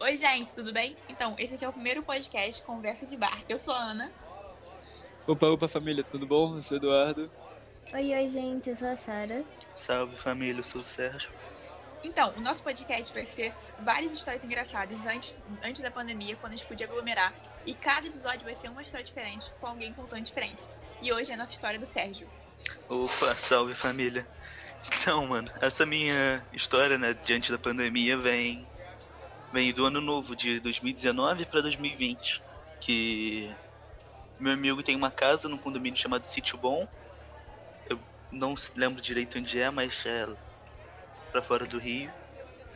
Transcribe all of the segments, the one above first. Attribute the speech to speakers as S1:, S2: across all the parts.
S1: Oi, gente, tudo bem? Então, esse aqui é o primeiro podcast Conversa de Bar. Eu sou a Ana.
S2: Opa, opa, família, tudo bom? Eu sou o Eduardo.
S3: Oi, oi, gente, eu sou a Sara.
S4: Salve família, eu sou o Sérgio.
S1: Então, o nosso podcast vai ser várias histórias engraçadas antes, antes da pandemia, quando a gente podia aglomerar. E cada episódio vai ser uma história diferente, com alguém contando diferente. E hoje é a nossa história do Sérgio.
S4: Opa, salve família. Então, mano, essa minha história, né, diante da pandemia, vem vem do ano novo de 2019 para 2020, que meu amigo tem uma casa num condomínio chamado Sítio Bom. Eu não se- lembro direito onde é, mas é pra fora do Rio.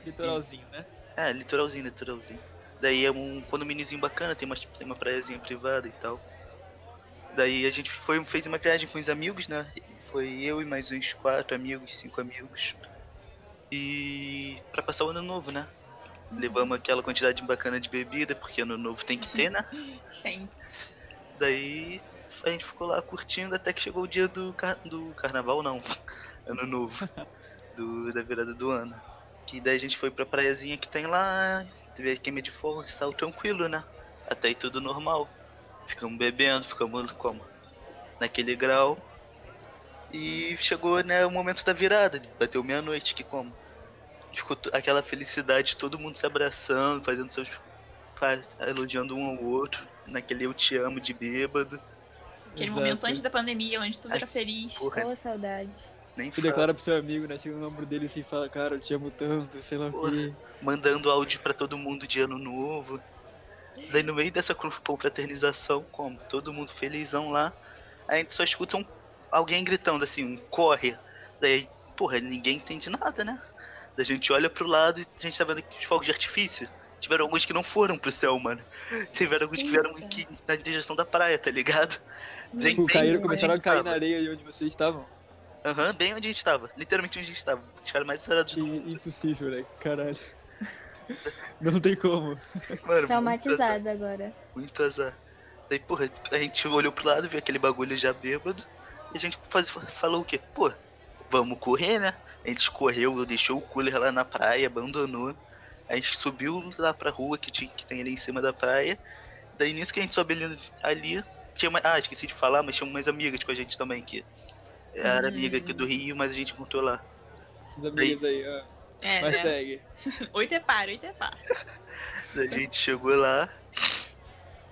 S2: Litoralzinho, né?
S4: É, litoralzinho, litoralzinho. Daí é um condomíniozinho bacana, tem uma, tipo, tem uma praiazinha privada e tal. Daí a gente foi, fez uma viagem com os amigos, né? Foi eu e mais uns quatro amigos, cinco amigos. E pra passar o ano novo, né?
S1: Uhum.
S4: Levamos aquela quantidade bacana de bebida, porque ano novo tem que ter, né?
S1: Sim.
S4: Daí a gente ficou lá curtindo até que chegou o dia do, car- do carnaval, não. Ano novo. Do, da virada do ano. Que daí a gente foi pra praiazinha que tem lá, teve a queima de fogo e tal, tranquilo, né? Até aí tudo normal. Ficamos bebendo, ficamos como? Naquele grau. E chegou, né, o momento da virada, bateu meia-noite, que como? Ficou to- aquela felicidade, todo mundo se abraçando, fazendo seus. fa- elogiando um ao outro, naquele eu te amo de bêbado.
S1: Aquele
S2: Exato.
S1: momento antes da pandemia, onde tudo era feliz.
S4: Porra,
S3: Boa saudade.
S4: nem
S2: Você
S4: fala.
S2: declara pro seu amigo, né? Chega no ombro dele assim e fala, cara, eu te amo tanto, sei lá o quê.
S4: mandando áudio pra todo mundo de ano novo. Daí no meio dessa cru- confraternização, como? Todo mundo felizão lá. Aí a gente só escuta um, alguém gritando assim, um corre. Daí, porra, ninguém entende nada, né? Daí a gente olha pro lado e a gente tá vendo que os fogos de artifício. Tiveram alguns que não foram pro céu, mano. Tiveram alguns que vieram
S3: Eita.
S4: aqui na direção da praia, tá ligado? Bem-
S2: Tipo,
S4: bem
S2: caíram,
S4: onde
S2: começaram a
S4: gente tava.
S2: cair na areia aí onde vocês estavam.
S4: Aham, bem onde a gente tava. Literalmente onde a gente tava. Os caras mais sarados
S2: Que
S4: do mundo.
S2: impossível, né? Caralho. Não tem como.
S4: Mano, muito-
S3: Traumatizada agora.
S4: Muito azar. Daí, porra, a gente olhou pro lado, viu aquele bagulho já bêbado. E a gente faz, falou o quê? Pô, vamos correr, né? A gente correu, deixou o cooler lá na praia, abandonou. A gente subiu lá pra rua que, tinha, que tem ali em cima da praia. Daí nisso que a gente sobe ali, ali tinha uma, ah, esqueci de falar, mas tinha umas amigas com a gente também que Era
S1: Hum.
S4: amiga aqui do Rio, mas a gente encontrou lá.
S2: Esses amigos aí, ó.
S1: É,
S2: Mas
S1: né?
S2: segue.
S1: Oito é par, oito é par.
S4: A gente chegou lá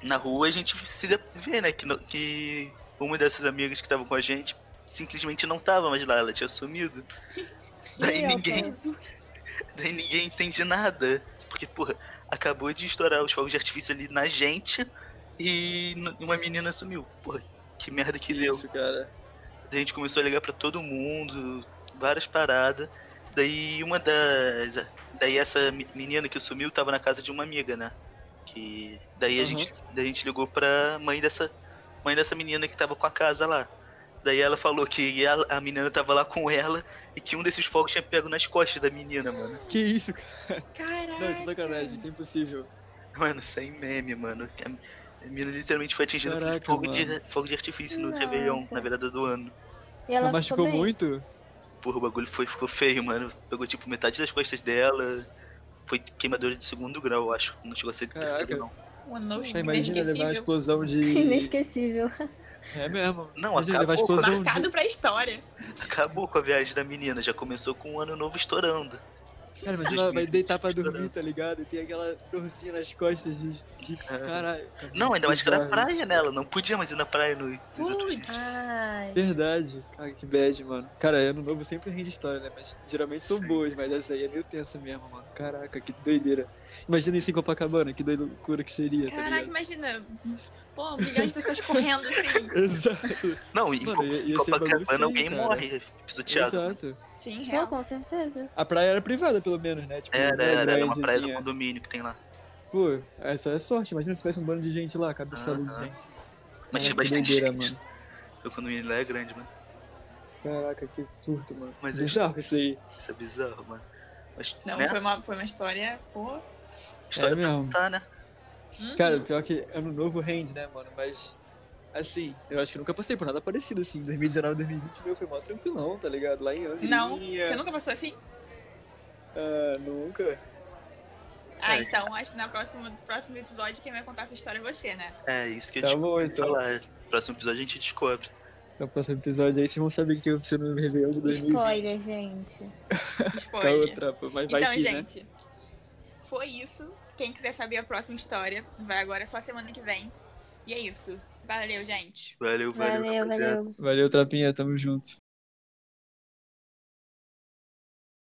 S4: na rua a gente se de- vê, né? Que, no- que uma dessas amigas que estavam com a gente simplesmente não tava mais lá, ela tinha sumido. Daí
S3: Meu
S2: É.
S4: ninguém,
S3: Deus.
S4: daí ninguém entende nada. Porque, porra, acabou de estourar os fogos de artifício ali na gente e n- uma menina sumiu. Porra, que merda que deu.
S2: Isso, cara.
S4: Daí a gente começou a ligar pra todo mundo, várias paradas. Daí uma das. Daí essa me- menina que sumiu tava na casa de uma amiga, né? Que. Daí a,
S2: Uhum.
S4: gente, daí a gente ligou pra mãe dessa. Mãe dessa menina que tava com a casa lá. Daí ela falou que ela- a menina tava lá com ela e que um desses fogos tinha pego nas costas da menina, mano.
S2: Que isso, cara.
S1: Caraca.
S2: Não, isso é sacanagem, isso é impossível.
S4: Mano, sem meme, mano. A menina literalmente foi atingida por
S2: Caraca,
S4: fogo de,
S2: mano.
S4: fogo de artifício no
S3: Nossa.
S4: Réveillon, na virada do ano.
S3: E
S2: Mas
S3: ela ficou
S2: machucou
S3: bem?
S2: muito?
S4: Porra, o bagulho foi, ficou feio, mano. Pegou tipo metade das costas dela. Foi queimadura de segundo grau, eu acho. Não chegou a ser de terceiro,
S2: Caraca.
S4: não.
S1: Um ano novo
S2: Nossa, imagina levar uma
S1: inesquecível.
S2: explosão de.
S3: Inesquecível.
S2: É mesmo.
S4: Não,
S2: Imagina levar a
S4: acabou,
S2: explosão
S1: Marcado
S2: de. Tá
S1: pra história.
S4: Acabou com a viagem da menina, já começou com o ano novo estourando.
S2: Cara, imagina ela vai deitar pra dormir, tá ligado? E tem aquela dorzinha nas costas de. de-
S4: É.
S2: Caralho. tá
S4: Não, ainda mais que
S2: bizarro
S4: era praia,
S2: isso.
S4: né? Ela não podia mais ir na praia no. nos outros dias.
S1: Putz.
S3: Ai.
S2: Verdade. Cara, que bad, mano. Cara, ano novo sempre rende história, né? Mas geralmente são
S4: Sim.
S2: boas, mas essa aí é meio tensa mesmo, mano. Caraca, que doideira. Imagina isso em Copacabana, que doida loucura que seria, tá
S1: Caraca,
S2: ligado?
S1: imagina. Pô, um milhão de pessoas correndo assim.
S2: Exato.
S4: Não, em
S2: Mano, ia- ia ser um bagulho feio,
S4: Copacabana alguém
S2: cara.
S4: morre pisoteado.
S2: Exato.
S1: Sim,
S3: Não,
S1: real.
S3: com certeza.
S2: A praia era privada, pelo menos, né? Tipo,
S4: Era,
S2: não
S4: era, era uma
S2: grande,
S4: praia
S2: assim,
S4: do
S2: é.
S4: condomínio que tem lá.
S2: Pô, essa é sorte. Imagina se tivesse um bando de gente lá, cabeçada de
S4: Aham.
S2: gente.
S4: Mas
S2: Cara,
S4: tinha
S2: que
S4: bastante
S2: doideira,
S4: gente. O condomínio lá é grande, mano.
S2: Caraca, que surto, mano.
S4: Mas
S2: Bizarro isso aí.
S4: Isso é bizarro, mano. Mas,
S1: Não,
S4: né?
S1: foi uma, foi uma história. Pô.
S2: É
S4: História
S2: mesmo.
S4: tá, né?
S1: Hum.
S2: Cara, pior que ano novo rende, né, mano? Mas, assim, eu acho que nunca passei por nada parecido, assim. 2019, 2020, meu, foi mó tranquilão, tá ligado? Lá em Angra.
S1: Não, você nunca passou assim?
S2: Ah, nunca.
S1: Ah,
S4: É.
S1: então acho que na próxima, no próximo episódio quem vai contar essa história é você, né?
S4: É isso que eu
S2: Tá
S4: te
S2: bom,
S4: ia
S2: então.
S4: falar. Próximo episódio a gente descobre.
S2: No próximo episódio aí vocês vão saber o que aconteceu no Réveillon de 2020.
S3: Spoiler, gente.
S4: Então,
S2: Calma,
S1: Spoiler.
S2: trapa, mas vai
S1: Então,
S2: que, né?
S1: gente, foi isso. Quem quiser saber a próxima história, vai agora só semana que vem. E é isso. Valeu, gente.
S4: Valeu, valeu.
S3: Valeu,
S4: rapaziada.
S3: valeu.
S2: Valeu, Trapinha, tamo junto.